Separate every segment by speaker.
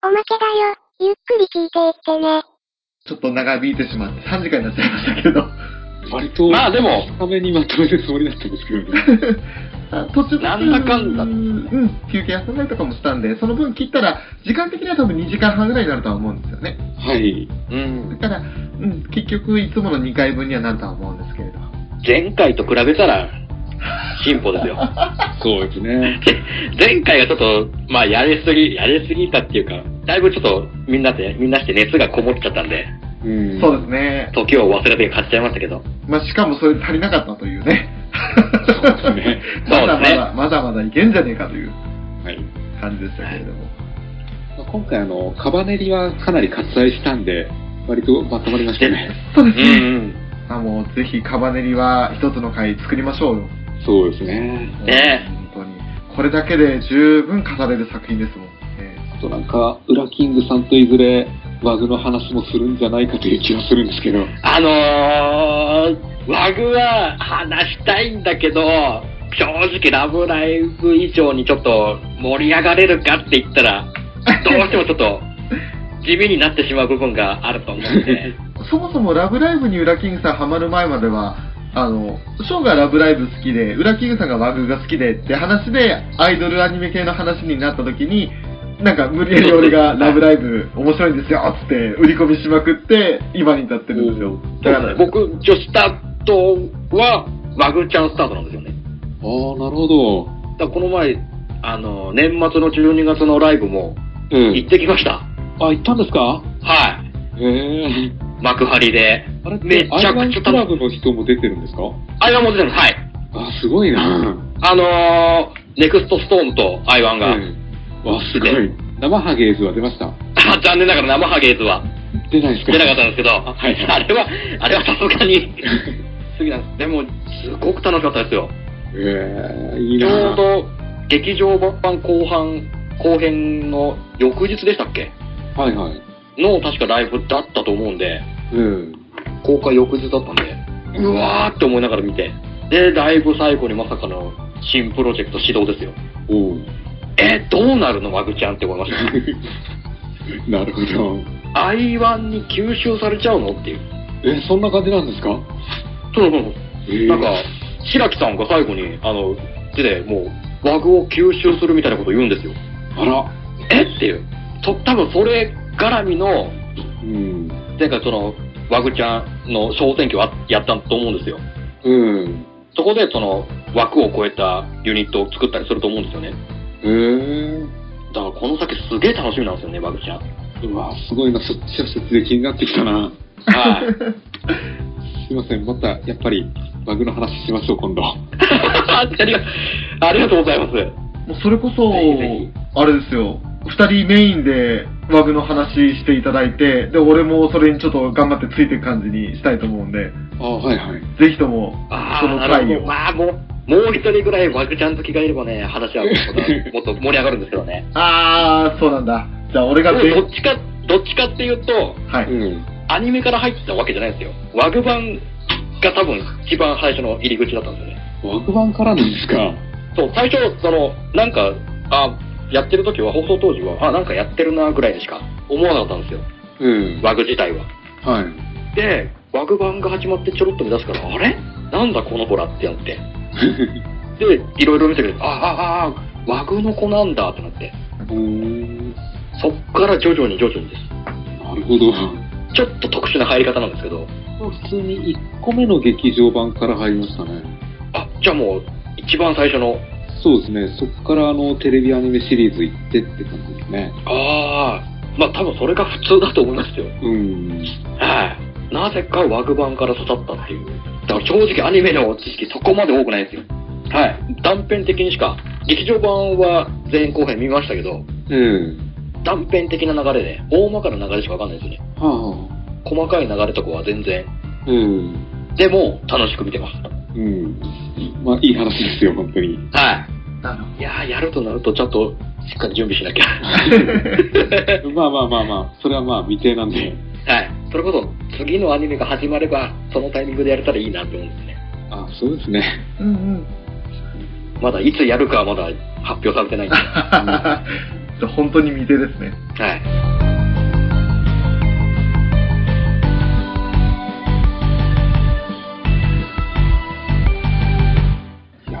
Speaker 1: おまけだよ。ゆっくり聞いていってね。
Speaker 2: ちょっと長引いてしまって、3時間になっちゃいましたけど、
Speaker 3: 割と、
Speaker 4: まあでも
Speaker 3: 深めにまとめるつもりだったんですけどね。
Speaker 2: あ途中途中
Speaker 4: なんだかんだ
Speaker 2: うん、休憩挟んだりとかもしたんで、その分切ったら、時間的には多分2時間半ぐらいになるとは思うんですよね。
Speaker 3: はい。
Speaker 4: うん
Speaker 2: だ。から、うん、結局、いつもの2回分にはなるとは思うんですけれど。
Speaker 4: 前回と比べたら、進歩ですよ。
Speaker 3: そうですね。
Speaker 4: 前回はちょっと、まあ、やれすぎ、やれすぎたっていうか、だいぶちょっと、みんなで、みんなして熱がこもっちゃったんで、
Speaker 3: うん。
Speaker 2: そうですね。
Speaker 4: 時を忘れて買っちゃいましたけど。
Speaker 2: まあ、しかもそれ足りなかったというね。
Speaker 3: そうですね。
Speaker 4: そう
Speaker 2: まだま
Speaker 4: です
Speaker 2: だ、
Speaker 4: ね
Speaker 2: まだまだいけんじゃねえかという
Speaker 3: はい。
Speaker 2: 感じでしたけれども。
Speaker 3: まあ今回、あの、カバネリはかなり割愛したんで、割とまとまりましたね。
Speaker 2: そう
Speaker 4: う
Speaker 2: ですね。
Speaker 4: ん。
Speaker 2: あもう、ぜひ、カバネリは一つの回作りましょうよ。
Speaker 3: そうですね。
Speaker 4: ね
Speaker 2: 本当に。これだけで十分語れる作品ですもん。ね
Speaker 3: あとなんか、ウラキングさんといずれ、ワグの話もするんじゃないかという気がするんですけど。
Speaker 4: あのー、ワグは話したいんだけど、正直ラブライブ以上にちょっと盛り上がれるかって言ったら、どうしてもちょっと、地味になってしまう部分があると思うん で。
Speaker 2: そもそもラブライブにウラキングさんハマる前までは、あの、ショーがラブライブ好きで、ウラキングさんがワグが好きでって話で、アイドルアニメ系の話になった時に、なんか無理やり俺がラブライブ面白いんですよっつって売り込みしまくって、今に至ってるんですよ。だから、
Speaker 4: 僕、一応スタートは、ワグちゃんスタートなんですよね。
Speaker 3: ああ、なるほど。
Speaker 4: だからこの前、あの、年末の12月のライブも
Speaker 3: う
Speaker 4: 行っ
Speaker 3: ん。
Speaker 4: てきました。
Speaker 3: あ、行ったんですか
Speaker 4: はい。
Speaker 3: へえ。
Speaker 4: 幕張で。
Speaker 3: あれって
Speaker 4: めちゃくちゃ
Speaker 3: アイランクラブの人も出てるんですか
Speaker 4: アイワンも出てます。はい。
Speaker 3: あ、すごいな。
Speaker 4: あのー、ネクストストームとアイワンが。
Speaker 3: うんわ、すごい。生ハゲーズは出ました。
Speaker 4: あ 残念ながら生ハゲーズは
Speaker 3: 出ないですか
Speaker 4: 出なかったんですけど、
Speaker 3: はいはい
Speaker 4: あれは、あれはさすが に、過ぎなんです。でも、すごく楽しかったですよ。
Speaker 3: えー、いい
Speaker 4: ちょ
Speaker 3: な
Speaker 4: うど、劇場版後半、後編の翌日でしたっけ
Speaker 3: はいはい。
Speaker 4: の、確かライブだったと思うんで、
Speaker 3: うん。
Speaker 4: 公開翌日だったんで、うわーって思いながら見て、で、ライブ最後にまさかの新プロジェクト始動ですよ。
Speaker 3: おう
Speaker 4: え、どうなるのマグちゃんって思いました。
Speaker 3: なるほど。
Speaker 4: アイワンに吸収されちゃうのっていう。
Speaker 3: え、そんな感じなんですか
Speaker 4: そうそう
Speaker 3: え
Speaker 4: そう。
Speaker 3: ー
Speaker 4: なんか、白木さんが最後に、あの、字でもう、ワグを吸収するみたいなこと言うんですよ。
Speaker 3: あら。
Speaker 4: えっていう。と、多分それ絡みの、
Speaker 3: うん。
Speaker 4: 前回その、ワグちゃんの小選挙をやったと思うんですよ。
Speaker 3: うん。
Speaker 4: そこでその枠を超えたユニットを作ったりすると思うんですよね。
Speaker 3: えー。
Speaker 4: だからこの先すげえ楽しみなんですよね、バグちゃん。
Speaker 3: うわ、すごいな。そっちはそっちで気になってきたな。
Speaker 4: はい。
Speaker 3: すいません。また、やっぱり、バグの話しましょう、今度。
Speaker 4: ありがありがとうございます。
Speaker 2: もうそれこそ
Speaker 4: ぜひぜ、
Speaker 2: あれですよ、2人メインでワグの話していただいて、で、俺もそれにちょっと頑張ってついていく感じにしたいと思うんで、
Speaker 3: あはいはい。
Speaker 2: ぜひとも、
Speaker 4: あ
Speaker 2: そ
Speaker 4: あ、
Speaker 2: の
Speaker 4: なる
Speaker 2: 回
Speaker 4: ほど。
Speaker 2: を。
Speaker 4: まあもう、もう一人ぐらいバグちゃん好きがいればね、話はもっともっと盛り上がるんですけどね。
Speaker 2: あー、そうなんだ。じゃあ俺
Speaker 4: で
Speaker 2: が
Speaker 4: も
Speaker 2: 全
Speaker 4: どっちか、どっちかっていうと、
Speaker 2: は
Speaker 3: う
Speaker 2: い。
Speaker 3: ん。
Speaker 4: アニメから入ってたわけじゃないんですよ。ワグ版が多分一番最初の入り口だったんですよね。
Speaker 3: ワグ版からなんですか。
Speaker 4: そう、最初、その、なんか、あやってる時は、放送当時は、あ、なんかやってるなぐらいにしか思わなかったんですよ。
Speaker 3: うん。
Speaker 4: ワグ自体は。
Speaker 3: はい。
Speaker 4: で、ワグ版が始まってちょろっと見出すから、あれなんだこの子らってなって。で、いろいろ見てくれて、ああ、ああ、ワグの子なんだってなって。
Speaker 3: うーん。
Speaker 4: そっから徐々に徐々にです。
Speaker 3: なるほど。
Speaker 4: ちょっと特殊な入り方なんですけど、
Speaker 3: 普通に1個目の劇場版から入りましたね。
Speaker 4: あ、じゃあもう、一番最初の、
Speaker 3: そうですね、そこからあのテレビアニメシリーズ行ってって感じですね。
Speaker 4: ああ、まあ多分それが普通だと思いますよ。
Speaker 3: うん。
Speaker 4: はい。なぜかワグ版から刺さったっていう。だから正直アニメの知識そこまで多くないですよ。はい。断片的にしか、劇場版は前後編見ましたけど、
Speaker 3: うん。
Speaker 4: 断片的な流れで、大まかな流れしかわかんないですよね。
Speaker 3: は
Speaker 4: 細かい流れとかは全然。
Speaker 3: あ。うん。
Speaker 4: でも、楽しく見てます。
Speaker 3: うん。まあ、いい話ですよ、本当に。
Speaker 4: は
Speaker 2: なるほ
Speaker 4: い。いやー、やるとなると、ちゃんと、しっかり準備しなきゃ。
Speaker 3: まあまあまあまあ、それはまあ未定なんで。
Speaker 4: はい。それこそ、次のアニメが始まれば、そのタイミングでやれたらいいなって思うんですね。
Speaker 3: あそうですね。
Speaker 2: ど。うんうん。
Speaker 4: まだいつやるかはまだ発表されてないんで。
Speaker 2: じゃあ本当に未定ですね。
Speaker 4: はい。
Speaker 3: いやー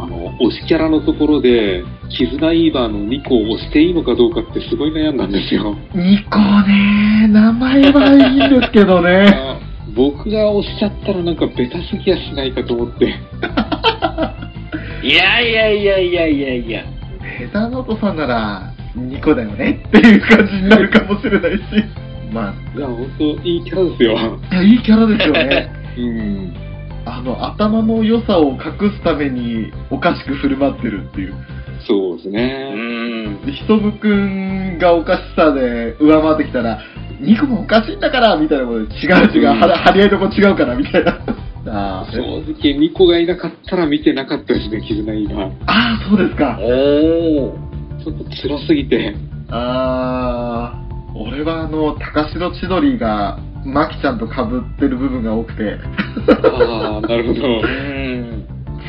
Speaker 3: あの、推しキャラのところで、絆イーバーの2個を押していいのかどうかってすごい悩んだんですよ。
Speaker 2: ニコね名前はいいんですけどね。
Speaker 3: あ ー僕が押しちゃったらなんかベタすぎやしないかと思って。
Speaker 4: いやいやいやいやいやいや。
Speaker 2: ペタノトさんなら、ニコだよねっていう感じになるかもしれないし。まあ、
Speaker 3: いや、本当いいキャラですよ。
Speaker 2: いやいいキャラですよね。
Speaker 3: うん。
Speaker 2: あの、頭の良さを隠すためにおかしく振る舞ってるっていう。
Speaker 3: そうです
Speaker 4: う
Speaker 3: ね。
Speaker 4: ーん。
Speaker 2: でひとぶくんがおかしさで上回ってきたら、ニコもおかしいんだからみたいなことで、違う違う、
Speaker 3: うん
Speaker 2: は張り合いどこ違うからみたいな。あー
Speaker 3: 正直、ニコがいなかったら見てなかったですね、絆イーバー。
Speaker 2: あー、そうですか。
Speaker 4: おー。
Speaker 3: ちょっと辛すぎて。
Speaker 2: あー、俺はあの、高城千鳥が、マキちゃんと被ってる部分が多くて、
Speaker 3: ああ、なるほど
Speaker 4: う。ーん。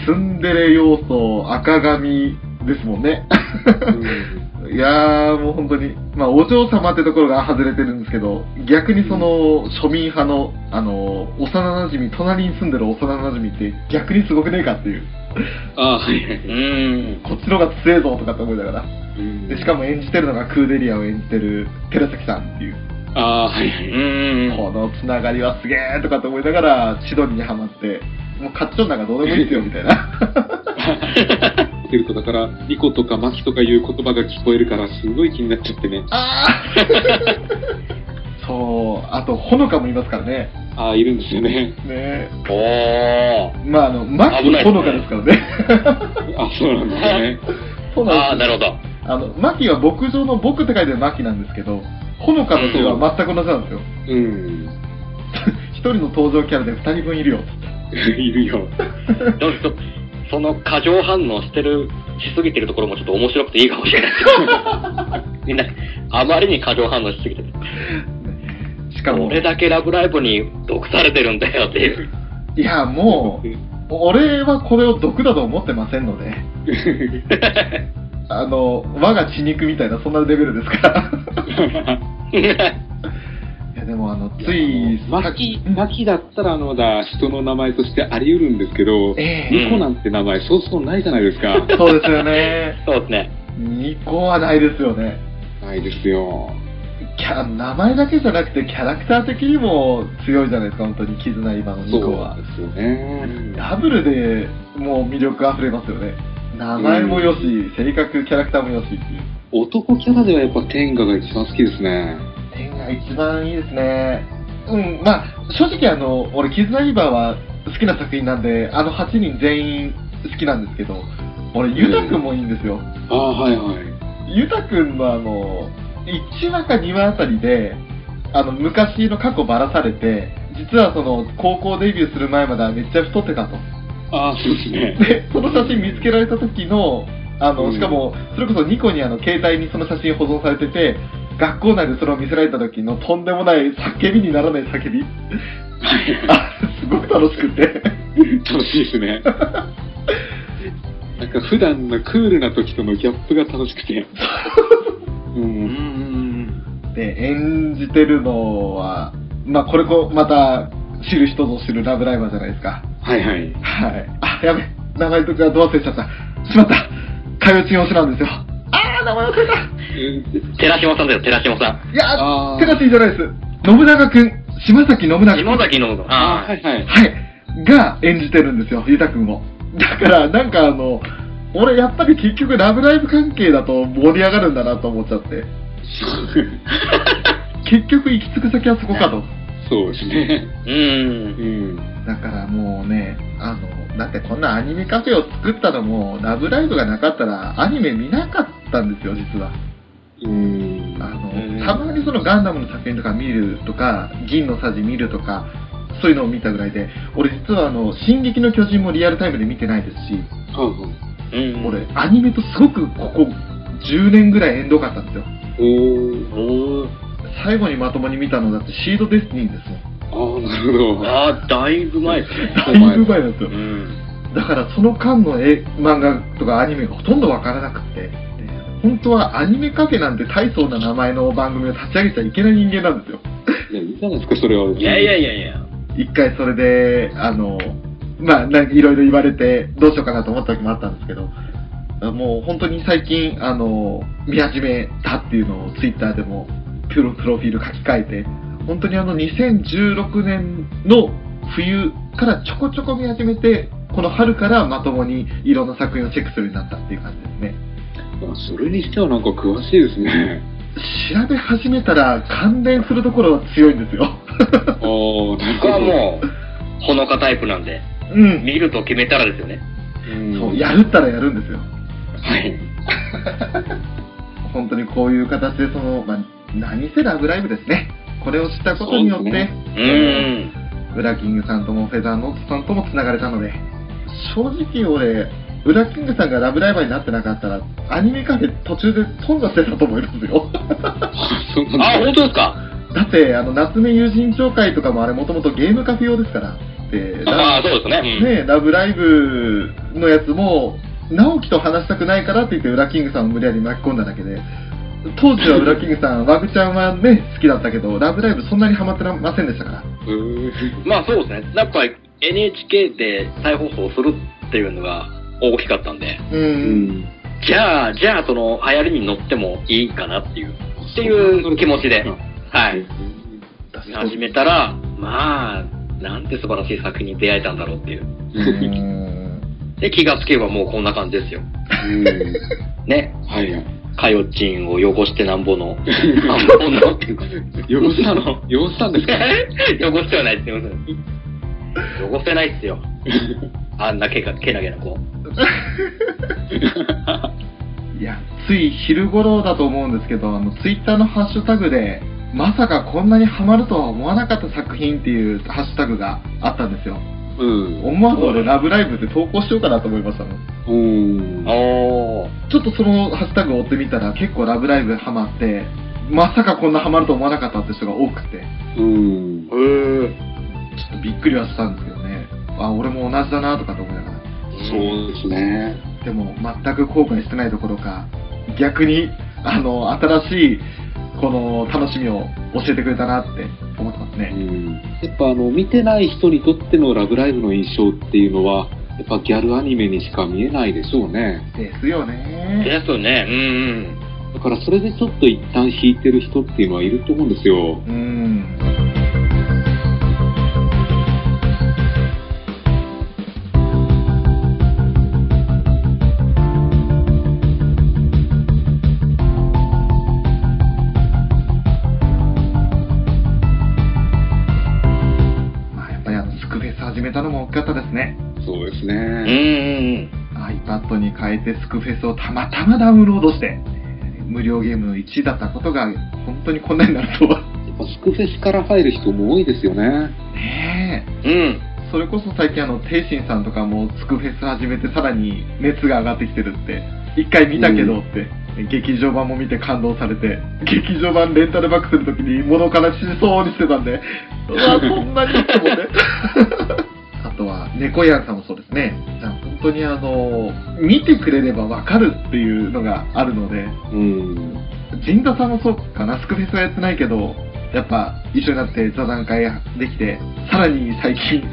Speaker 2: ツンデレ要素、赤髪ですもんね。
Speaker 3: うん
Speaker 2: いやー、もう本当に、まあ、お嬢様ってところが外れてるんですけど、逆にその、庶民派の、あの、幼馴染、隣に住んでる幼馴染って、逆にすごくねえかっていう、
Speaker 3: ああ、はいは
Speaker 4: う
Speaker 3: い。
Speaker 4: ーん。
Speaker 2: こっちの方が強えぞとかって思いながら、
Speaker 3: うん
Speaker 2: でしかも演じてるのがクーデリアを演じてる寺崎さんっていう。
Speaker 3: ああー、はいうはい。
Speaker 4: ーん。
Speaker 2: このつながりはすげえとかと思いながら、千鳥にはまって、もうカッチョンなんかどうでもいいですよみたいな。
Speaker 3: ってると、だから、ニコとかマキとかいう言葉が聞こえるから、すごい気になっちゃってね。
Speaker 2: あー そう、あと、ほのかもいますからね。
Speaker 3: ああ、いるんですよね。
Speaker 2: ね
Speaker 4: おー。
Speaker 2: まあ、あの、マキ
Speaker 4: 危ない
Speaker 2: ほのかですからね。
Speaker 3: あそうなんですよね。
Speaker 2: そう
Speaker 4: あ
Speaker 2: な
Speaker 4: あ、
Speaker 2: んで
Speaker 4: なるほど。
Speaker 2: すあの、マキは牧場の僕って書いてるマキなんですけど、ほのかの方は全く同じなんですよ。
Speaker 3: うん。
Speaker 2: 一人の登場キャラで二人分いるよ。
Speaker 3: いるよ。
Speaker 4: どうですかその過剰反応してる、しすぎてるところもちょっと面白くていいかもしれない。みんな、あまりに過剰反応しすぎてる。
Speaker 2: しかも、
Speaker 4: 俺だけラブライブに毒されてるんだよっていう。
Speaker 2: いや、もう、俺はこれを毒だと思ってませんので。あの、我が血肉みたいな、そんなレベルですから。 いや、でも、あの、つい、
Speaker 3: マキ、マキだったら、あの、まだ人の名前としてあり得るんですけど、
Speaker 2: ええ
Speaker 3: ニコなんて名前、そうそうないじゃないで すか。
Speaker 2: そうですよね。
Speaker 4: そうですね。
Speaker 2: 2個はないですよね。
Speaker 3: ないですよ。
Speaker 2: キャ名前だけじゃなくて、キャラクター的にも強いじゃないですか、本当に、絆今の2個は
Speaker 3: そう。ですよね。
Speaker 2: ダブルでもう魅力あふれますよね。名前もよし、性格、キャラクターもよしっていう。
Speaker 3: 男キャラではやっぱ天下が一番好きですね。
Speaker 2: 点が一番いいですね。うん、まあ、正直あの、俺、絆イーバーは好きな作品なんで、あの8人全員好きなんですけど、俺、ユタくんもいいんですよ。
Speaker 3: ああ、はいはい。
Speaker 2: ユタくんのあの、1話か2話あたりで、あの、昔の過去ばらされて、実はその、高校デビューする前まではめっちゃ太ってたと。
Speaker 3: ああ、そうですね。
Speaker 2: で、その写真見つけられた時の、あ
Speaker 3: う
Speaker 2: の、
Speaker 3: ん
Speaker 2: しかも、それこそニコにあの、携帯にその写真保存されてて、学校内でそれを見せられた時のとんでもない叫びにならない叫び。あ、すごく楽しく て。
Speaker 3: 楽しいですね。なんか普段のクールな時とのギャップが楽しくて。う。
Speaker 4: うんん。
Speaker 2: で、演じてるのは、まあ、これこ、また、知る人ぞ知るラブライバーじゃないですか。
Speaker 3: はいはい。
Speaker 2: はい。あ、やべ。名前とかどう忘れちゃった。しまった。火曜チン推しなんですよ。あー、名前忘れた。
Speaker 3: うん
Speaker 4: 寺島さんだよ、寺島さん。
Speaker 2: いや
Speaker 3: あー
Speaker 2: ー、手出しじゃないです。信長くん、島崎信長
Speaker 4: 下崎の、
Speaker 3: あー
Speaker 4: あ
Speaker 3: は
Speaker 4: あ、
Speaker 3: いは い。
Speaker 2: はい。が演じてるんですよ、ゆたくんを。だから、なんかあの、俺やっぱり結局ラブライブ関係だと盛り上がるんだなと思っちゃって。結局行き着く先はそこかと。
Speaker 3: そうですね。
Speaker 4: うん
Speaker 3: う。ん。
Speaker 2: だからもうね、あの、だってこんなアニメカフェを作ったのも、ラブライブがなかったらアニメ見なかったんですよ、実は。
Speaker 3: うん。
Speaker 2: あの、
Speaker 4: うん
Speaker 2: たまにそのガンダムの作品とか見るとか、銀のさじ見るとか、そういうのを見たぐらいで、俺実はあの、進撃の巨人もリアルタイムで見てないですし、
Speaker 3: はいはい。
Speaker 4: うん。
Speaker 2: 俺、アニメとすごくここ10年ぐらい縁遠かったんですよ。
Speaker 3: おー。
Speaker 4: おー。
Speaker 2: 最後にまともに見たのだってシードデスティニーですもん。
Speaker 3: ああ、なるほど。
Speaker 4: ああ、だいぶ前ですね。
Speaker 2: だ
Speaker 3: そう
Speaker 2: いぶ前なんです
Speaker 4: う
Speaker 2: よ。
Speaker 4: ん。
Speaker 2: だからその間の絵漫画とかアニメがほとんどわからなくて、で本当はアニメカフェなんて大層な名前の番組を立ち上げちゃいけない人間なんですよ。
Speaker 3: いや、いいじゃないですか、それは。
Speaker 4: いやいやいやいや。
Speaker 2: 一回それで、あの、まあ、なんかいろいろ言われて、どうしようかなと思った時もあったんですけど、もう本当に最近、あの、見始めたっていうのをツイッターでもプロ、プロフィール書き換えて、本当にあの、2016年の冬からちょこちょこ見始めて、この春からまともにいろんな作品をチェックするようになったっていう感じですね。
Speaker 3: まあそれにしてはなんか詳しいです ね。
Speaker 2: 調べ始めたら関連するところは強いんですよ。
Speaker 3: ああ、なる
Speaker 4: 僕
Speaker 3: ほど。
Speaker 4: はもう、ほのかタイプなんで、
Speaker 2: うん。
Speaker 4: 見ると決めたらですよね。
Speaker 3: うん
Speaker 2: そう、やるったらやるんですよ。
Speaker 4: はい。
Speaker 2: 本当にこういう形で、その、まあ、何せラブライブですね。これを知ったことによっ
Speaker 3: そうで
Speaker 2: て
Speaker 3: す、
Speaker 4: うーん。
Speaker 2: ウラキングさんともフェザーノートさんとも繋がれたので、正直俺、ウラキングさんがラブライバーになってなかったら、アニメカフェ途中で頓挫してたと思いますよ。
Speaker 3: そうなんだ
Speaker 4: あ、本当ですか
Speaker 2: だって、あの、夏目友人紹介とかもあれもともとゲームカフェ用ですから。 で、ラ
Speaker 4: ああ、そうですね。うん
Speaker 2: ね、ラブライブのやつも、直樹と話したくないからって言って、ウラキングさんを無理やり巻き込んだだけで、当時はウラキングさ ん、ワグちゃんはね、好きだったけど、ラブライブそんなにハマってませんでしたから。
Speaker 3: うーん
Speaker 4: まあそうですね。やっぱり NHK で再放送するっていうのが大きかったんで、
Speaker 2: う。
Speaker 3: うんん。
Speaker 4: じゃあ、じゃあその流行りに乗ってもいいかなっていう、っていう気持ちで、は。
Speaker 3: はい
Speaker 2: 確
Speaker 4: 始めたら、まあ、なんて素晴らしい作品に出会えたんだろうっていう。
Speaker 2: うん
Speaker 4: で、気がつけばもうこんな感じですよ。ね。
Speaker 3: はいはい。
Speaker 4: かよちんを汚してなん ぼの、なんぼの、
Speaker 3: 汚したの汚したんですか
Speaker 4: 汚してはないですよ。汚せないっす よ。あんなけがけなげな子。
Speaker 2: いや、つい昼頃だと思うんですけど、あの、ツイッターのハッシュタグで、まさかこんなにハマるとは思わなかった作品っていうハッシュタグがあったんですよ。
Speaker 3: うん。
Speaker 2: 思わず俺、ラブライブって投稿しようかなと思いましたもん。
Speaker 3: うん。
Speaker 4: おー。
Speaker 2: ちょっとそのハッシュタグを追ってみたら、結構ラブライブハマって、まさかこんなハマると思わなかったって人が多くて、
Speaker 3: うん。
Speaker 4: うん。
Speaker 2: ちょっとびっくりはしたんですけどね。あ、俺も同じだなとかと思いながら。
Speaker 3: そうですね。
Speaker 2: でも、全く後悔してないどころか、逆に、あの、新しい、この楽しみを教えてくれたなって思ってます
Speaker 3: う
Speaker 2: ね。
Speaker 3: ん。やっぱあの、見てない人にとってのラブライブの印象っていうのは、やっぱギャルアニメにしか見えないでしょうね。
Speaker 2: ですよね。
Speaker 4: ですね。うん
Speaker 3: だからそれでちょっと一旦引いてる人っていうのはいると思うんですよ。
Speaker 2: うん。まあやっぱりあの、スクフェス始めたのも大きかったですね。
Speaker 3: そうです
Speaker 4: うん。
Speaker 3: ね。
Speaker 4: ん。
Speaker 2: iPad に変えてスクフェスをたまたまダウンロードして、えー無料ゲームの1位だったことが、本当にこんなになるとは。
Speaker 3: やっぱスクフェスから入る人も多いですよね。
Speaker 2: ねえ。
Speaker 4: うん。
Speaker 2: それこそ最近あの、テイシンさんとかもスクフェス始めてさらに熱が上がってきてるって、一回見たけどって、劇場版も見て感動されて、劇場版レンタルバックするときに物から死にそうにしてたんで、うわ、こんなにってもね。 あとは、猫やんさんもそうですね。じゃあ本当にあの、見てくれればわかるっていうのがあるので、
Speaker 3: うん。
Speaker 2: 陣田さんもそうかな、スクフェスはやってないけど、やっぱ一緒になって座談会できて、さらに最近、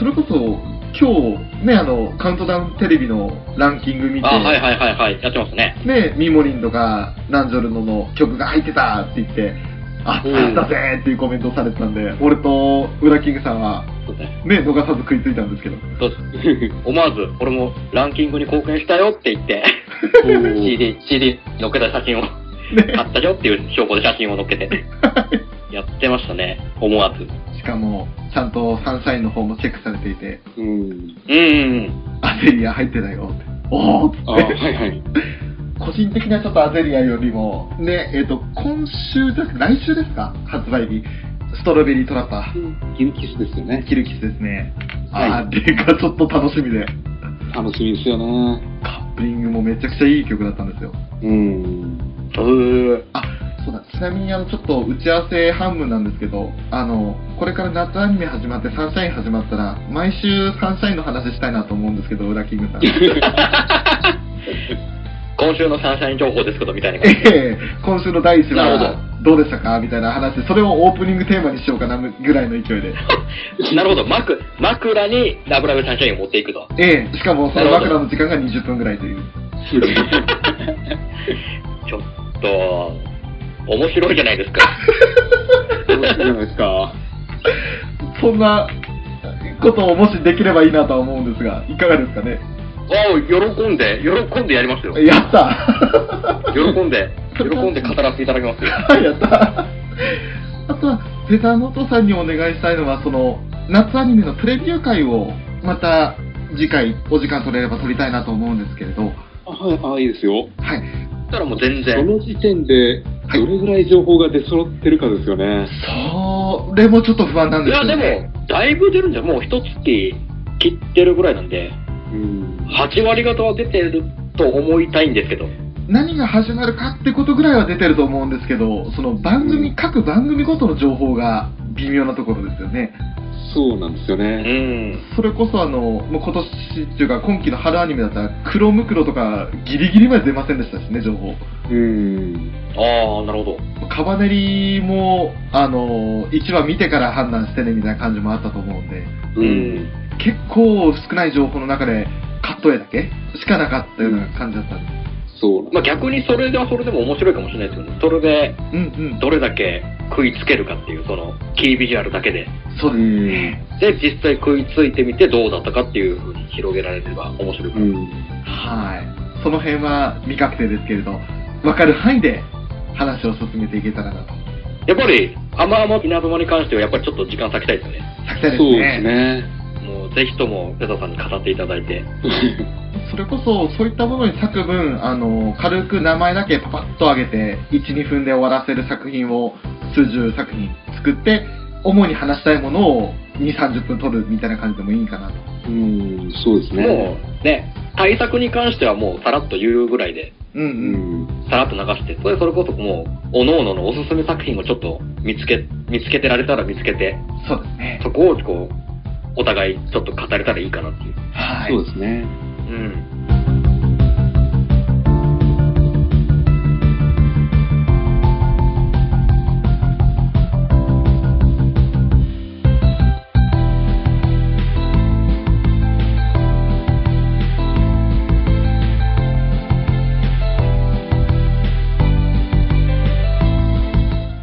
Speaker 2: それこそ今日ね、あの、カウントダウンテレビのランキング見て、
Speaker 4: あ、はいはいはいはい。やってますね。
Speaker 2: ね、ミモリンとか、ナンジョルノの曲が入ってたって言って、あっ
Speaker 4: うん
Speaker 2: たぜーっていうコメントをされてたんで、俺とウラキングさんは、
Speaker 4: そうですね。
Speaker 2: ね、逃さず食いついたんですけど、
Speaker 4: そうです思わず、俺もランキングに貢献したよって言って、CD、CD 載っけた写真を、買ったよっていう証拠で写真を載っけて、やってましたね。思わず。
Speaker 2: しかも、ちゃんとサンシャインの方もチェックされていて、
Speaker 3: うん。
Speaker 4: うん。
Speaker 2: アゼリア入ってたよって、おーっつって。
Speaker 3: あ、はいはい。
Speaker 2: 個人的なちょっとアゼリアよりも、ね、えっ、と、今週です、来週ですか発売日。ストロベリートラッパ
Speaker 3: ギルキスですよ
Speaker 2: ー、
Speaker 3: ね。
Speaker 2: キルキスですね。あ
Speaker 3: は
Speaker 2: れがちょっと楽しみで。
Speaker 3: 楽しみですよね。
Speaker 2: カップリングもめちゃくちゃいい曲だったんですよ。
Speaker 3: うん。
Speaker 4: うー。
Speaker 2: あ、そうだ、ちなみにあの、ちょっと打ち合わせ半分なんですけど、あの、これから夏アニメ始まってサンシャイン始まったら、毎週サンシャインの話したいなと思うんですけど、裏キングさん。
Speaker 4: 今週のサンシャイン情報ですけど、みたいな
Speaker 2: え
Speaker 4: 感じで。
Speaker 2: え今週の第1
Speaker 4: なるほ
Speaker 2: 話どうでしたかみたいな話でそれをオープニングテーマにしようかなぐらいの勢いで
Speaker 4: なるほど、枕枕にラブラブサンシャインを持っていく と。
Speaker 2: ええしかもその
Speaker 4: なるほ
Speaker 2: 枕
Speaker 4: ど
Speaker 2: の時間が20分ぐらいという
Speaker 3: すごい。
Speaker 4: ちょっと、面白いじゃないです か。
Speaker 3: 面白いじゃないですか。
Speaker 2: そんなことをもしできればいいなとは思うんですがいかがですかね
Speaker 4: おう喜んで、喜んでやりますよ。
Speaker 2: やった
Speaker 4: 喜んで、喜 んで語らせていただきますよ。
Speaker 2: はい、 やったあとは、フェザーノートさんにお願いしたいのは、その、夏アニメのプレビュー会を、また次回お時間取れれば撮りたいなと思うんですけれど、はい。
Speaker 3: あはい、あいいですよ。
Speaker 4: そしたらもう全
Speaker 3: そ
Speaker 4: 然。
Speaker 3: の時点で、どれぐらい情報が出揃ってるかですよね。
Speaker 2: それもちょっと不安なん
Speaker 4: い
Speaker 2: です
Speaker 4: や、
Speaker 2: よ、
Speaker 4: で
Speaker 2: ね。
Speaker 4: も、だいぶ出るんじゃ、もう一月切ってるぐらいなんで、
Speaker 3: うん。
Speaker 4: 8割方は出てると思いたいんですけど。
Speaker 2: 何が始まるかってことぐらいは出てると思うんですけど、その番組、
Speaker 3: うん
Speaker 2: 各番組ごとの情報が微妙なところですよね。
Speaker 3: そうなんですよ
Speaker 4: う
Speaker 3: ね。
Speaker 4: ん。
Speaker 2: それこそあの、もう今年っていうか今期の春アニメだったら、黒ムクロとかギリギリまで出ませんでしたしね、情報。
Speaker 3: うん。
Speaker 4: ああ、なるほど。
Speaker 2: カバネリも、あの、1話見てから判断してねみたいな感じもあったと思うんで、
Speaker 3: うん。
Speaker 2: 結構少ない情報の中で、カット絵だけしかなかったような感じだったんで。
Speaker 3: そうなん
Speaker 4: まあ、逆にそれではそれでも面白いかもしれないですけど、それで
Speaker 2: うんうん。
Speaker 4: どれだけ食いつけるかっていう、その、キービジュアルだけで。
Speaker 2: そうですね。
Speaker 4: で、実際食いついてみてどうだったかっていうふうに広げられれば面白い
Speaker 3: う
Speaker 4: かな。
Speaker 3: ん。
Speaker 2: はい。その辺は未確定ですけれど、わかる範囲で話を進めていけたらなと。
Speaker 4: やっぱり、あまあま稲妻に関してはやっぱりちょっと時間割きたいですよね。
Speaker 2: さき
Speaker 3: そ
Speaker 2: た
Speaker 3: う
Speaker 2: いです
Speaker 3: で
Speaker 2: ね。
Speaker 3: すね。
Speaker 4: もう、ぜひとも、ペタさんに語っていただいて。
Speaker 2: それこそ、そういったものに割く分、あの、軽く名前だけパパッと上げて、1、2分で終わらせる作品を、数十作品作って、主に話したいものを2、30分撮るみたいな感じでもいいかなと。
Speaker 3: うん、そうですね。
Speaker 4: もう、ね、対策に関してはもう、さらっと言うぐらいで、
Speaker 2: うん
Speaker 3: う
Speaker 2: うん。
Speaker 3: ん。
Speaker 4: さらっと流して、それそれこそもう、おのおののおすすめ作品をちょっと見つけ、見つけてられたら見つけて、
Speaker 2: そうですね。
Speaker 4: そこをこう、お互いちょっと語れたらいいかなっていう。
Speaker 2: は
Speaker 3: そう
Speaker 2: い。
Speaker 3: ですね。
Speaker 4: うん。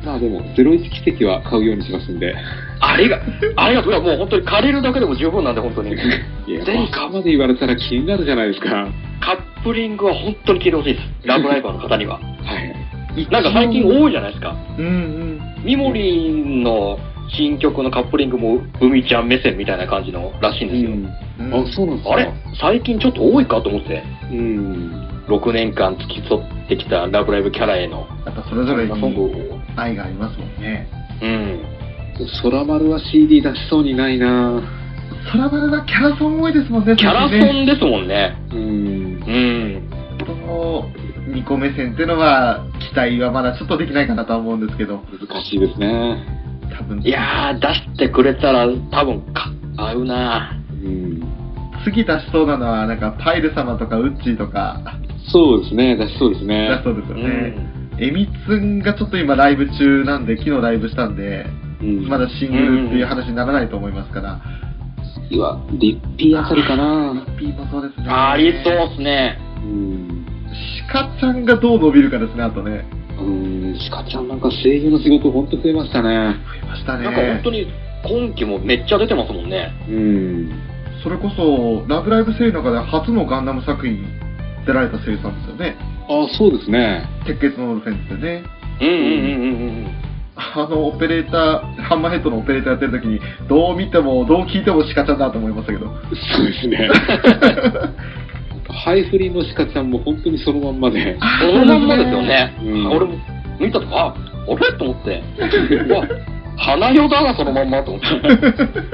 Speaker 3: まあでも、01奇跡は買うようにしますんで。
Speaker 4: ありが、ありがとう。もう本当に借りるだけでも十分なんで、本当に。
Speaker 3: いや、
Speaker 4: ぜひ
Speaker 3: バカまで言われたら気になるじゃないですか。は
Speaker 4: カップリングは本当に聞いてほしいです。ラブライバーの方には。
Speaker 3: い。
Speaker 4: なんか最近
Speaker 2: い。
Speaker 4: 多いじゃないですか。
Speaker 2: うんうん。
Speaker 4: ミモリンの新曲のカップリングも、海ちゃん目線みたいな感じのらしいんですよ。
Speaker 2: うん
Speaker 3: あ、そうなんですか。
Speaker 4: あれ最近ちょっと多いかと思って。
Speaker 3: うん。
Speaker 4: 6年間付き添ってきたラブライブキャラへの、
Speaker 2: やっぱそれぞれ
Speaker 4: ソング
Speaker 2: に
Speaker 4: を。
Speaker 2: 愛がありますもんね。
Speaker 4: うん。
Speaker 3: 空丸は CD 出しそうにないな
Speaker 2: 空ラはキャラソン多いですもんね、
Speaker 4: キャラ
Speaker 2: 最近
Speaker 4: ソ
Speaker 2: ね
Speaker 4: ンですもんね。
Speaker 3: うん。
Speaker 4: うん。
Speaker 2: この2個目線っていうのは、期待はまだちょっとできないかなとは思うんですけど、
Speaker 3: 難しいですね。
Speaker 2: 多分。
Speaker 4: いやー、出してくれたら多分か、合うな
Speaker 3: うん。
Speaker 2: 次出しそうなのは、なんか、パイル様とかウッチーとか、
Speaker 3: そうですね。出しそうです
Speaker 2: 出
Speaker 3: ね
Speaker 2: し。そうですよ
Speaker 4: う
Speaker 2: ね。
Speaker 4: ん。
Speaker 2: えみつんがちょっと今ライブ中なんで、昨日ライブしたんで、
Speaker 3: うん。
Speaker 2: まだシングルっていう話にならないと思いますから、
Speaker 3: 次は、リッピーあたりかな
Speaker 2: ピーもそうですね。
Speaker 4: ありそうっすね。
Speaker 3: うん。
Speaker 2: シカちゃんがどう伸びるかですね、あとね。
Speaker 3: うん、シカちゃんなんか声優の仕事ほんと増えましたね。
Speaker 2: 増えました
Speaker 4: なんか本
Speaker 2: ね
Speaker 4: 当。に今期もめっちゃ出てますもんね。
Speaker 3: うん。
Speaker 2: それこそ、ラブライブ声優の中で初のガンダム作品出られた声優さんですよね。
Speaker 3: あ、そうですね。
Speaker 2: 鉄血のオルフェンズでね。
Speaker 4: うんうんうんうんうん。
Speaker 2: あのオペレーター、ハンマーヘッドのオペレーターやってる時に、どう見ても、どう聞いてもシカちゃんだと思いましたけど。
Speaker 3: そうです ね。ハイフリーのシカちゃんも本当にそのまんまで。
Speaker 4: そのまんまですよ。ね。
Speaker 3: うん
Speaker 4: 俺も見たとか、あ、あれと思 って。うわ、花代だな、そのまんまと思って。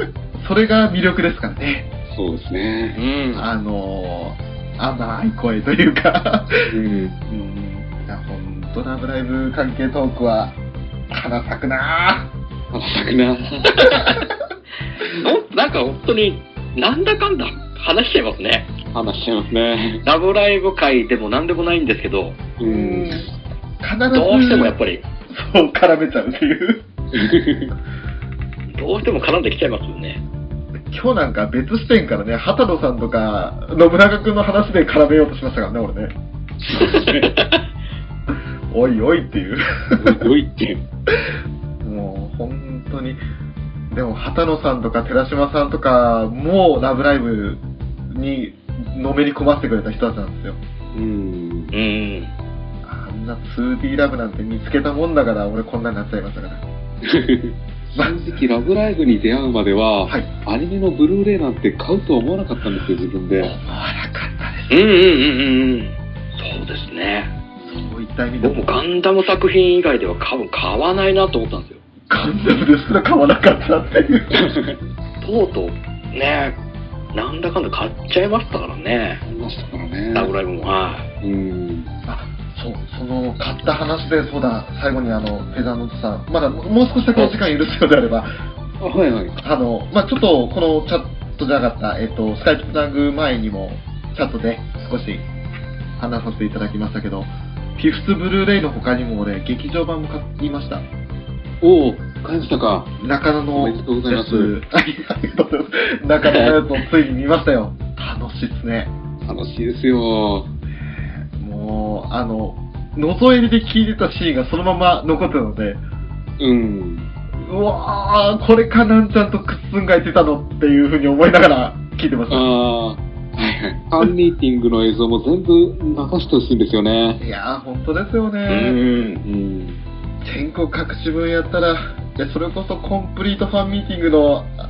Speaker 2: それが魅力ですからね。
Speaker 3: そうです
Speaker 4: う
Speaker 3: ね。
Speaker 4: ん。
Speaker 2: あのー、甘い声というか。
Speaker 3: うん。
Speaker 2: うん。いや、ほんと、ラブライブ関係トークは、花咲くなぁ。
Speaker 3: あの、作な。
Speaker 4: のなんか本当に、なんだかんだ話しちゃいますね。
Speaker 3: 話しちゃいますね。
Speaker 4: ラブライブ界でも何でもないんですけど、
Speaker 3: う
Speaker 2: うん
Speaker 3: ん。
Speaker 2: 必ず
Speaker 4: どうしてもやっぱり、
Speaker 2: そう絡めちゃうっていう
Speaker 4: どうしても絡んできちゃいますよね。
Speaker 2: 今日なんか別視点からね畑野さんとか信長君の話で絡めようとしましたからね俺ねおいおいっていう
Speaker 3: 良いって。
Speaker 2: もう本当にでも畑野さんとか寺島さんとかもう「ラブライブ!」にのめり込ませてくれた人たちなんですよ
Speaker 3: うん
Speaker 4: う。ーん。
Speaker 2: あんな 2D ラブなんて見つけたもんだから俺こんなになっちゃいましたから
Speaker 3: 正直、ラブライブに出会うまでは、
Speaker 2: はい
Speaker 3: アニメのブルーレイなんて買うとは思わなかったんですよ、自分で。
Speaker 2: 思わなかったで
Speaker 4: うんうんうんうんうん。そうですね。
Speaker 2: すそういった意味で
Speaker 4: 僕もガンダム作品以外では多分買わないなと思ったんですよ。
Speaker 2: ガンダムですら買わなかったっていう
Speaker 4: とうとう、ね、なんだかんだ買っちゃいましたからね。
Speaker 3: ありましたから
Speaker 4: ラブ
Speaker 3: ね。
Speaker 4: ライブも。はい。
Speaker 3: うん。
Speaker 2: あそうその買った話でそうだ最後にあのペザーノットさんまだももう少しだけお時間許すようであれば
Speaker 3: あ、はいはい。
Speaker 2: あの、まあ、ちょっとこのチャットじゃなかった、えっと、スカイプつなぐ前にも、チャットで少し話させていただきましたけど、フィフスブルーレイの他にも俺、劇場版も買いました。
Speaker 3: おお、買いましたか。
Speaker 2: 中野の
Speaker 3: おめ
Speaker 2: やつ
Speaker 3: でとうございます、
Speaker 2: ありがとうございます。 中野のやつをついに見ましたよ。楽しいっすね。
Speaker 3: 楽しいですよ。
Speaker 2: もう、あの、覗入りで聞いてたシーンがそのまま残ってたので、
Speaker 3: うん。
Speaker 2: うわー、これかなんちゃんとくっつんがいてたのっていうふうに思いながら聞いてました。
Speaker 3: ああ、はいはい。ファンミーティングの映像も全部流してほしいんですよね。
Speaker 2: いやー、本当ですよね。
Speaker 4: うん。
Speaker 3: うん。
Speaker 2: 全国各地分やったら、いや、それこそコンプリートファンミーティングの、 あ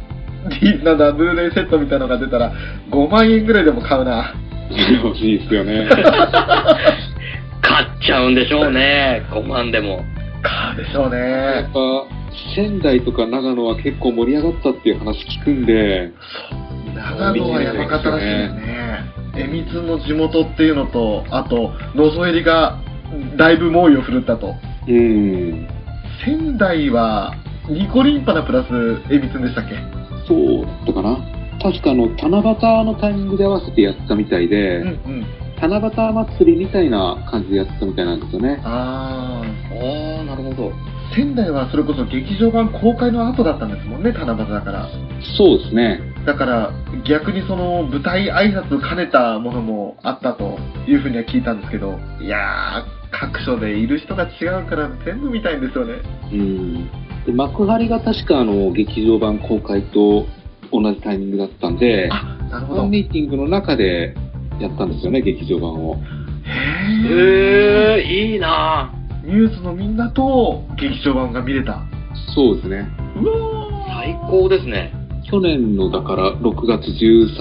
Speaker 2: D なんだ、ブルーレイセットみたいなのが出たら、5万円ぐらいでも買うな。
Speaker 3: 欲しいですよね。
Speaker 4: 買っちゃうんでしょうね。5万でも。
Speaker 2: 買うでしょう
Speaker 3: や
Speaker 2: ね
Speaker 3: っ。ぱ、仙台とか長野は結構盛り上がったっていう話聞くんで、
Speaker 2: 長野はやばかったらしいですね。えみつの地元っていうのと、あと、のぞえりがだいぶ猛威を振るったと。
Speaker 3: うん。
Speaker 2: 仙台は、ニコリンパなプラスえみつんでしたっけ
Speaker 3: そうだったかな。確かあの、七夕のタイミングで合わせてやったみたいで、
Speaker 2: うんうん。
Speaker 3: 七夕祭りみたいな感じでやってたみたいなんですよね。
Speaker 2: あー。
Speaker 4: ああ、なるほど。
Speaker 2: 仙台はそれこそ劇場版公開の後だったんですもんね、七夕だから。
Speaker 3: そうですね。
Speaker 2: だから逆にその舞台挨拶兼ねたものもあったというふうには聞いたんですけどいやー各所でいる人が違うから全部見たいんですよね
Speaker 3: うん。で、幕張が確かあの、劇場版公開と同じタイミングだったんで、
Speaker 2: あなるほ
Speaker 3: ファ
Speaker 2: ど
Speaker 3: ン
Speaker 2: へ
Speaker 3: ミーティングの中でやったんですよね、劇場版を。
Speaker 2: え
Speaker 4: へえ、いいな
Speaker 2: ニュースのみんなと劇場版が見れた
Speaker 3: そうですね。
Speaker 2: うわ
Speaker 4: 最高ですね。
Speaker 3: 去年のだから6月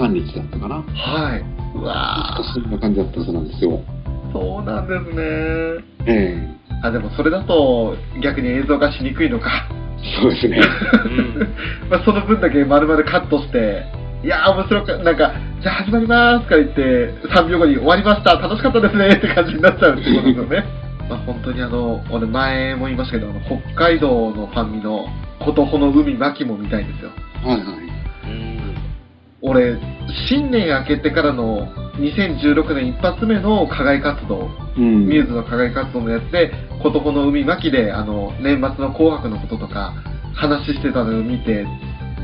Speaker 3: 13日だったかな。
Speaker 2: ーはいうわ
Speaker 3: そんな感じだったはずなんですよ。
Speaker 2: ーそうなんですね
Speaker 3: え
Speaker 2: あでもそれだと逆に映像化しにくいのか、
Speaker 3: えそうで すね。
Speaker 4: うん。
Speaker 2: まあ、その分だけ丸々カットしていやー面白かなんかじゃあ始まりますから言って3秒後に終わりました楽しかったですねって感じになっちゃうってことですよね まあ本当にあの俺前も言いましたけどあの北海道のファンミの琴穂の海巻も見たいんですよ
Speaker 3: はいはい。
Speaker 4: うん。
Speaker 2: 俺新年明けてからの2016年一発目の課外活動、
Speaker 3: うん。
Speaker 2: ミューズの課外活動のやつで琴穂の海巻であの年末の紅白のこととか話してたのを見て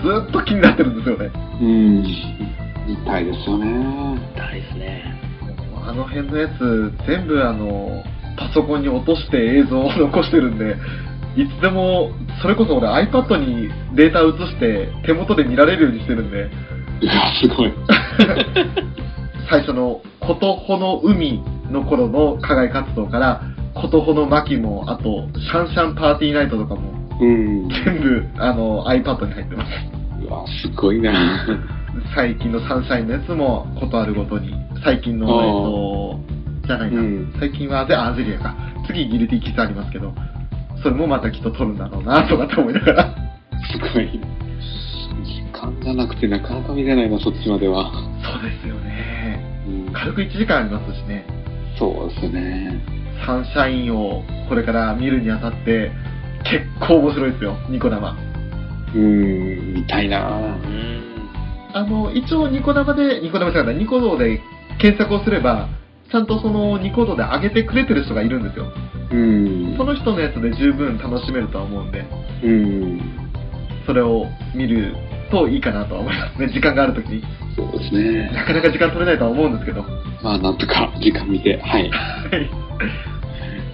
Speaker 2: ずーっと気になってるんですよね
Speaker 3: うん。みたいですよね。
Speaker 4: 大ですね。
Speaker 2: あの辺のやつ、全部あの、パソコンに落として映像を残してるんで、いつでも、それこそ俺 iPad にデータ移して、手元で見られるようにしてるんで、
Speaker 3: うわ、すごい。
Speaker 2: 最初のことほの海の頃の課外活動から、ことほの巻も、あと、シャンシャンパーティーナイトとかも、
Speaker 3: うん。
Speaker 2: 全部、あの、iPad に入ってます。
Speaker 3: うわ、すごいな。
Speaker 2: 最近のサンシャインのやつも、ことあるごとに、最近の、
Speaker 3: あー
Speaker 2: えっと、じゃないな、
Speaker 3: うん
Speaker 2: 最近はゼアゼリアか、次ギルティキスありますけど、それもまたきっと撮るんだろうな、とかって思いながら、
Speaker 3: すごい。時間がなくてなかなか見れないな、そっちまでは。
Speaker 2: そうですよね、
Speaker 3: うん。
Speaker 2: 軽く1時間ありますしね、
Speaker 3: そうですね。
Speaker 2: サンシャインをこれから見るにあたって、結構面白いですよ、ニコ生。
Speaker 3: うん、みたいな
Speaker 4: う。ん。
Speaker 2: あの、一応ニコ生で、ニコ生じゃない、ニコ動で検索をすれば、ちゃんとそのニコ動で上げてくれてる人がいるんですよ。
Speaker 3: うん
Speaker 2: その人のやつで十分楽しめるとは思うんで、
Speaker 3: うん
Speaker 2: それを見るといいかなとは思いますね。時間があるときに。
Speaker 3: そうですね
Speaker 2: なかなか時間取れないとは思うんですけど。は
Speaker 3: まあなんとか時間見てはい
Speaker 2: い。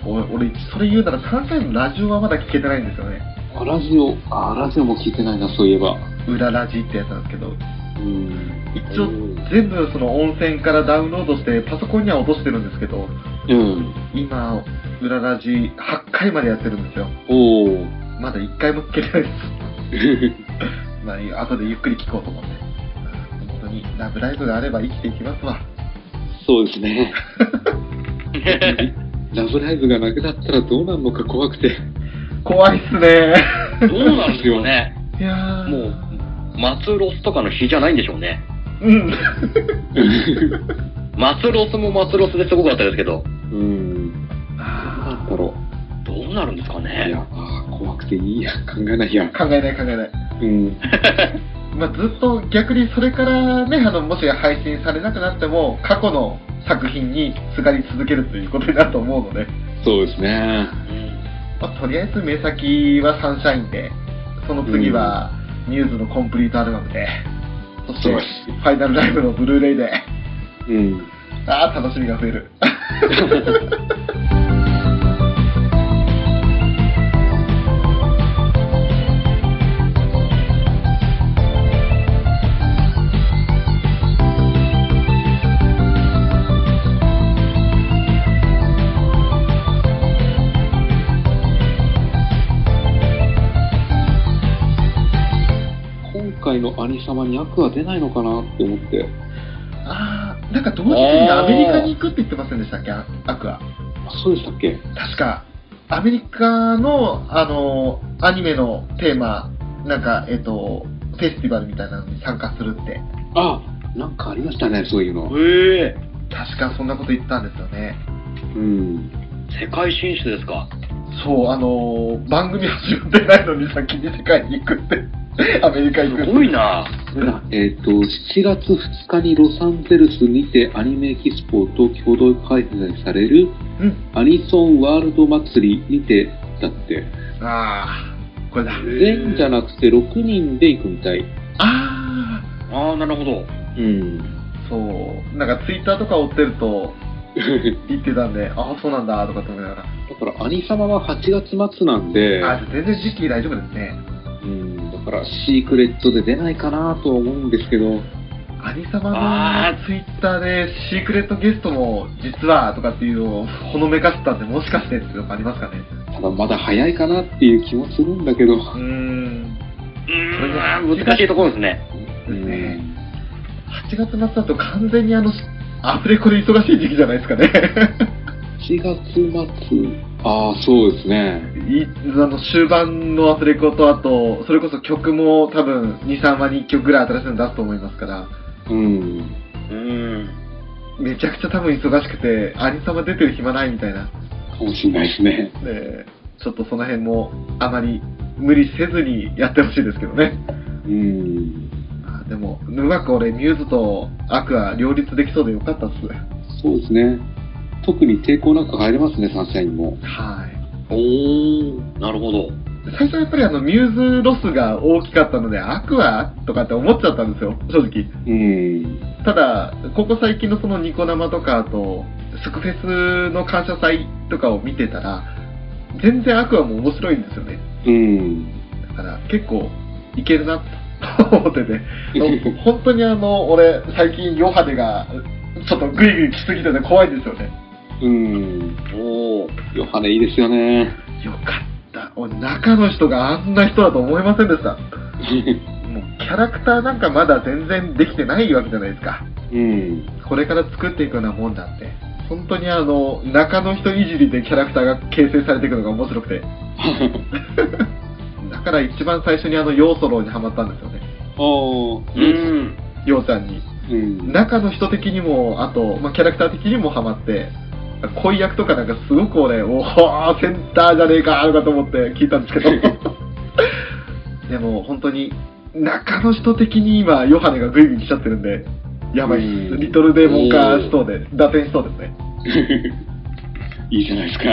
Speaker 2: お俺、それ言うなら3回のラジオはまだ聞けてないんですよね。
Speaker 3: あラジオあラジオも聞いてないなそういえば
Speaker 2: 裏ラジってやつなんですけど、
Speaker 3: うん
Speaker 2: 一応全部その温泉からダウンロードしてパソコンには落としてるんですけど、
Speaker 3: うん
Speaker 2: 今、裏ラジ8回までやってるんですよ。
Speaker 3: おお
Speaker 2: まだ1回も聞けてないです。まあ、後でゆっくり聞こうと思って。本当に、ラブライブがあれば生きていきますわ。
Speaker 3: そうです ねラブライブがなくなったらどうなるのか怖くて
Speaker 2: 怖いっすね。
Speaker 4: どうなんですよね。
Speaker 2: いやー
Speaker 4: もう、松ロスとかの日じゃないんでしょうね。
Speaker 2: うん。
Speaker 4: 松ロスも松ロスですごかったですけど、
Speaker 3: うん
Speaker 2: あ
Speaker 3: なんだろ
Speaker 4: どうなるんですか
Speaker 3: うい
Speaker 4: ね。
Speaker 3: やあー怖くていいや考えない や
Speaker 2: ー考えない考えない。
Speaker 3: うん
Speaker 2: まあ、ずっと逆にそれからね、あの、もし配信されなくなっても、過去の作品にすがり続けるということになると思うので、
Speaker 3: そうですね
Speaker 4: うん
Speaker 2: まあ、とりあえず目先はサンシャインで、その次はミューズのコンプリートアルバムで、そして
Speaker 3: そうで
Speaker 2: ファイナルライブのブルーレイで、
Speaker 3: うん
Speaker 2: ああ、楽しみが増え る。
Speaker 3: 今回の兄様に悪は出ないのかなって思って
Speaker 2: ああ、なんか同時期にアメリカに行くって言ってませんでしたっけ、アアクア。
Speaker 3: あそうでしたっけ
Speaker 2: 確か、アメリカの、あの、アニメのテーマ、なんか、えっと、フェスティバルみたいなのに参加するって、
Speaker 3: あなんかありましたねそういうの
Speaker 4: へえ
Speaker 2: 確かそんなこと言ったんですよね。
Speaker 3: うん
Speaker 4: 世界進出ですか。
Speaker 2: そう、あの、番組始まってないのに先に世界に行く って、アメリカ行くっ
Speaker 4: す
Speaker 2: て。
Speaker 4: ごいな。
Speaker 3: これだえっ、と、7月2日にロサンゼルスにてアニメエキスポと共同開催される
Speaker 2: うん。
Speaker 3: アニソンワールド祭りにて、だって、
Speaker 2: ああ、これだ。
Speaker 3: 全じゃなくて6人で行くみたい。
Speaker 2: ああ、
Speaker 4: ああ、なるほど。
Speaker 3: うん。
Speaker 2: そう、なんかツイッターとか追ってると、言ってたんで、ああ、そうなんだ、とかって思いながら。
Speaker 3: だから、アニ様は8月末なんで、
Speaker 2: あー全然時期大丈夫ですね。
Speaker 3: うん、だから、シークレットで出ないかなとは思うんですけど、
Speaker 2: アニサマ
Speaker 4: あ
Speaker 2: のツイッターでシークレットゲストも実はとかっていうのをほのめかしたんで、もしかしてっていうのがありますかね。
Speaker 3: ただまだ早いかなっていう気もするんだけど、
Speaker 2: うーん。
Speaker 4: うーん、難しいところですね。
Speaker 2: すね
Speaker 3: うん
Speaker 2: 8月末だと完全にあの、アフレコで忙しい時期じゃないですかね。
Speaker 3: 7月末、ああ、そうですね。
Speaker 2: いあの終盤のアフレコと、あと、それこそ曲も多分2、3話に1曲ぐらい新しいの出すと思いますから、
Speaker 3: うん。
Speaker 4: うーん。
Speaker 2: めちゃくちゃ多分忙しくて、アニサマ出てる暇ないみたいな。
Speaker 3: かもしれないですね。
Speaker 2: で、ちょっとその辺もあまり無理せずにやってほしいですけどね。
Speaker 3: うん。
Speaker 2: あでも、うまく俺、ミューズとアクア両立できそうでよかったっす。
Speaker 3: そうですね。特に抵抗なく入れますね、サンシャインも。
Speaker 2: はい。
Speaker 4: おー、なるほ ど。
Speaker 2: 最初はやっぱりあの、ミューズロスが大きかったので、アクアとかって思っちゃったんですよ、正直。
Speaker 3: うん。
Speaker 2: ただ、ここ最近のそのニコ生とか、あと、スクフェスの感謝祭とかを見てたら、全然アクアも面白いんですよね。
Speaker 3: うん。
Speaker 2: だから、結構、いけるな、と思って て。本当にあの、俺、最近、ヨハネが、ちょっとグイグイ来すぎてて怖いんですよね。
Speaker 3: うん。
Speaker 4: おー。
Speaker 3: ヨハネいいですよね。
Speaker 2: よかった。俺、中の人があんな人だと思いませんでした。もう、キャラクターなんかまだ全然できてないわけじゃないですか。
Speaker 3: うん。
Speaker 2: これから作っていくようなもんだって。本当にあの、中の人いじりでキャラクターが形成されていくのが面白くて。 だから一番最初にあの、ヨウソロウにハマったんですよね。
Speaker 3: お
Speaker 4: うーん。
Speaker 2: ヨウちゃんに。
Speaker 3: うん。
Speaker 2: 中の人的にも、あと、まあ、キャラクター的にもハマって、恋役とかなんかすごく俺、おー、 センターじゃねえかとかと思って聞いたんですけど、でも本当に中の人的に今、ヨハネがグイグイ来ちゃってるんで、やばいっ
Speaker 3: う
Speaker 2: す。
Speaker 3: ん
Speaker 2: リトルデーモン化しそうで、打点しそうですね。
Speaker 3: いいじゃないですか。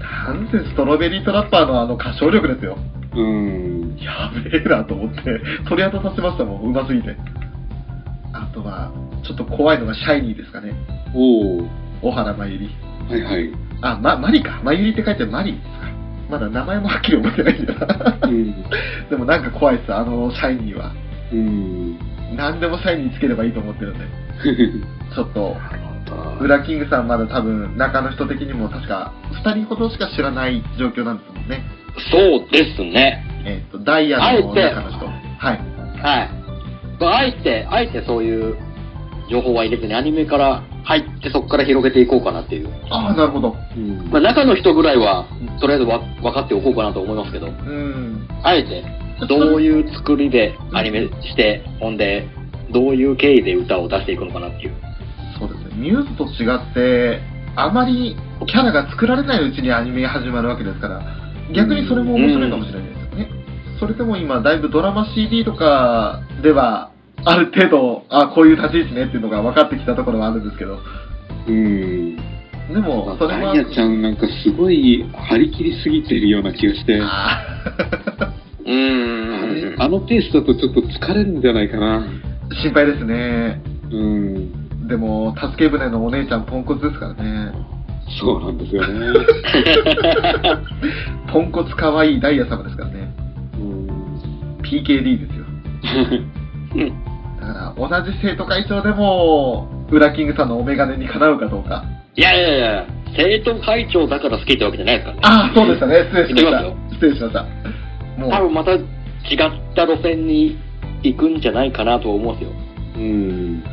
Speaker 2: なんせストロベリートラッパーのあの歌唱力ですよ。
Speaker 3: うん。
Speaker 2: やべえなと思って、取り当たさせましたもん、うますぎて。あとは、ちょっと怖いのがシャイニーですかね。
Speaker 3: おお。
Speaker 2: 小原真由里。
Speaker 3: はいはい。
Speaker 2: あ、ま、マリか。真由里って書いてあるマリですか。まだ名前もはっきり覚えてないんだな。
Speaker 3: うん。
Speaker 2: でもなんか怖いっす、あのシャイニーは。
Speaker 3: うん。
Speaker 2: 何でもシャイニーつければいいと思ってるんで。 ちょっと、
Speaker 3: あ
Speaker 2: ウラキングさんまだ多分、中の人的にも確か、2人ほどしか知らない状況なんですもんね。
Speaker 4: そうですね。
Speaker 2: えっ、と、ダイヤの中の人。はい。
Speaker 4: はい。まああえて、あえてそういう情報は入れずにアニメから入ってそこから広げていこうかなっていう。
Speaker 2: ああ、なるほど。
Speaker 3: うん
Speaker 4: まあ、中の人ぐらいは、とりあえずわ分かっておこうかなと思いますけど、
Speaker 2: うん。
Speaker 4: あえて、どういう作りでアニメして、ほんで、どういう経緯で歌を出していくのかなっていう。
Speaker 2: そうですね、ミューズと違って、あまりキャラが作られないうちにアニメが始まるわけですから、逆にそれも面白いかもしれないですよね。それでも今、だいぶドラマ CD とかでは、ある程度、あこういう立ち位置ねっていうのが分かってきたところはあるんですけど、
Speaker 3: うん。
Speaker 2: でも、それ
Speaker 3: ダ
Speaker 2: は
Speaker 3: イヤちゃんなんかすごい張り切りすぎてるような気がして、あ
Speaker 2: あ
Speaker 4: う
Speaker 3: れ
Speaker 4: ん
Speaker 3: あのペースだとちょっと疲れるんじゃないかな。
Speaker 2: ー 心配ですね。
Speaker 3: うん。
Speaker 2: でも、助け舟のお姉ちゃん、ポンコツですからね。
Speaker 3: そうなんですよね。
Speaker 2: ポンコツ可愛いダイヤ様ですからね。
Speaker 3: うん。
Speaker 2: PKD ですよ。だから同じ生徒会長でも、ウラキングさんのお眼鏡にかなうかどうか。
Speaker 4: いやいやいや、生徒会長だから好きってわけじゃないですからね。
Speaker 2: ああ、そうでしたね。失礼しまし
Speaker 4: 行き
Speaker 2: た。失礼しました。も
Speaker 4: 多
Speaker 2: う、
Speaker 4: 分また違った路線に行くんじゃないかなと思うんですよ。
Speaker 3: うん。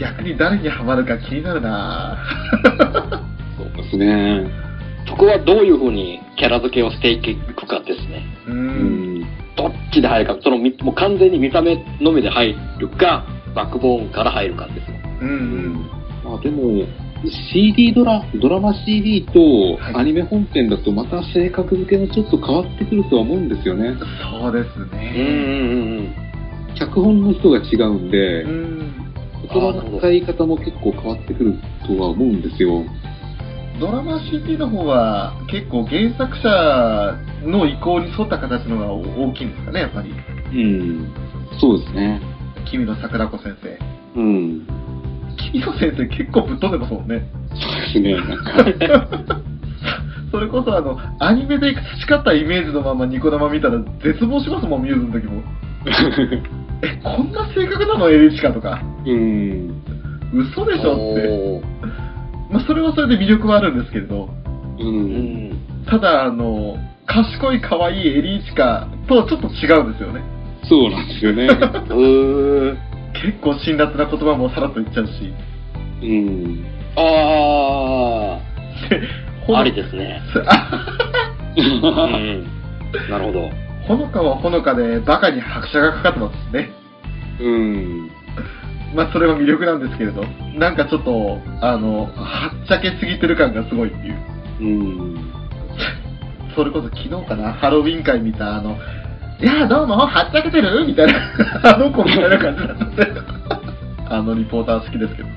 Speaker 2: 逆に誰にハマるか気になるな
Speaker 3: そうですね。
Speaker 4: そこはどういう風にキャラ付けをしていくかですね。
Speaker 2: う。
Speaker 3: うんん。
Speaker 4: どっちで入るか、そのみもう完全に見た目のみで入るか、バックボーンから入るかですよ。
Speaker 2: う。
Speaker 3: うんん。まあでも、CD ドラ、ドラマ CD と
Speaker 2: はい
Speaker 3: アニメ本編だとまた性格付けもちょっと変わってくるとは思うんですよね。
Speaker 2: そうです
Speaker 4: うん
Speaker 2: ね。
Speaker 3: 脚本の人が違うんで、
Speaker 2: うん。
Speaker 3: 言葉の使い方も結構変わってくるとは思うんですよ。
Speaker 2: ドラマ CD の方は、結構原作者の意向に沿った形のが大きいんですかね、やっぱり。
Speaker 3: うん。そうですね。
Speaker 2: 君の桜子先生。
Speaker 3: うん。
Speaker 2: 君の先生結構ぶっ飛んでますもんね。
Speaker 3: そうですね。なん か、
Speaker 2: それこそあの、アニメで培ったイメージのままニコ生見たら絶望しますもん、ミューズの時も。え、こんな性格なの、エリチカとか。
Speaker 3: うん。
Speaker 2: 嘘でしょって。
Speaker 4: おー
Speaker 2: まあ、それはそれで魅力はあるんですけれど、
Speaker 3: う。
Speaker 4: うんん。
Speaker 2: ただ、あの、賢い可愛いエリチカとはちょっと違うんですよね。
Speaker 3: そうなんですよ ね。
Speaker 4: うー。
Speaker 2: 結構辛辣な言葉もさらっと言っちゃうし。
Speaker 3: うん。
Speaker 2: ほ
Speaker 4: ああ。
Speaker 2: の
Speaker 4: ありですね。
Speaker 2: あ
Speaker 4: うん。なるほど。
Speaker 2: ほのかはほのかでバカに拍車がかかってますしね。
Speaker 3: うん。
Speaker 2: まあ、それは魅力なんですけれど、なんかちょっと、あの、はっちゃけすぎてる感がすごいっていう。
Speaker 3: うん。
Speaker 2: それこそ昨日かな、ハロウィン会見たあの、いやーどうも、はっちゃけてるみたいな、あ の子みたいな感じだったんで、 あのリポーター好きですけど、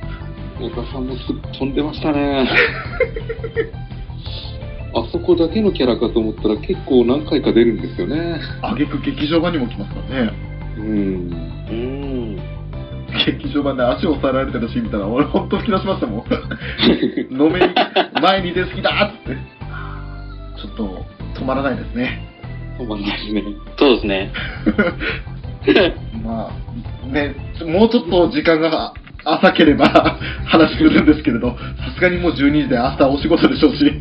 Speaker 3: 小田さんもすっ飛んでましたね。あそこだけのキャラかと思ったら結構何回か出るんですよね。
Speaker 2: あげく劇場版にも来ますからね、
Speaker 3: うん。
Speaker 4: うん。
Speaker 2: 劇場版で足を押さえられてるシーン見たら、俺、本当吹き出しましたもん、 飲めに、前に出好きだっつって、ちょっと止まらないですね。
Speaker 3: 止まんないですね。
Speaker 4: そうですね。
Speaker 2: まあね、もうちょっと時間が浅ければ話するんですけれど、さすがにもう12時で明日お仕事でしょうし。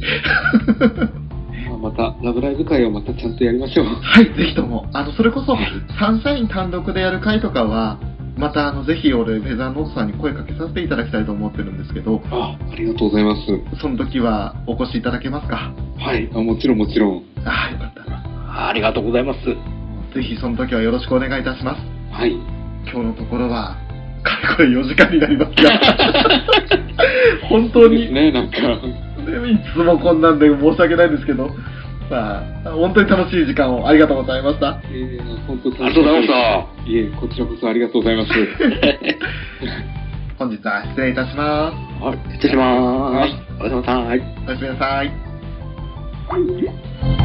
Speaker 3: まあまた、ラブライブ会をまたちゃんとやりましょう。
Speaker 2: はい、ぜひとも。あの、それこそ、サンシャイン単独でやる回とかは、また、あの、ぜひ俺、フェザーノートさんに声かけさせていただきたいと思ってるんですけど、
Speaker 3: あ、ありがとうございます。
Speaker 2: その時はお越しいただけますか
Speaker 3: はい、あもちろんもちろん。
Speaker 2: ああ、よかった。
Speaker 4: ありがとうございます。
Speaker 2: ぜひその時はよろしくお願いいたします。
Speaker 3: はい。
Speaker 2: 今日のところは、かれこれ4時間になります が、本当
Speaker 3: いいで
Speaker 2: に、
Speaker 3: すね、なんか。
Speaker 2: いつもこんなんで申し訳ないんですけど、さあ、本当に楽しい時間をありがとうございました。
Speaker 3: えー、本当
Speaker 4: ありがとうございました。
Speaker 3: た。いえ、こちらこそありがとうございます。
Speaker 2: 本日は失礼いたしま
Speaker 4: はい、失礼します。お疲れ様でした。
Speaker 2: す。おやすみなさい。
Speaker 1: ー。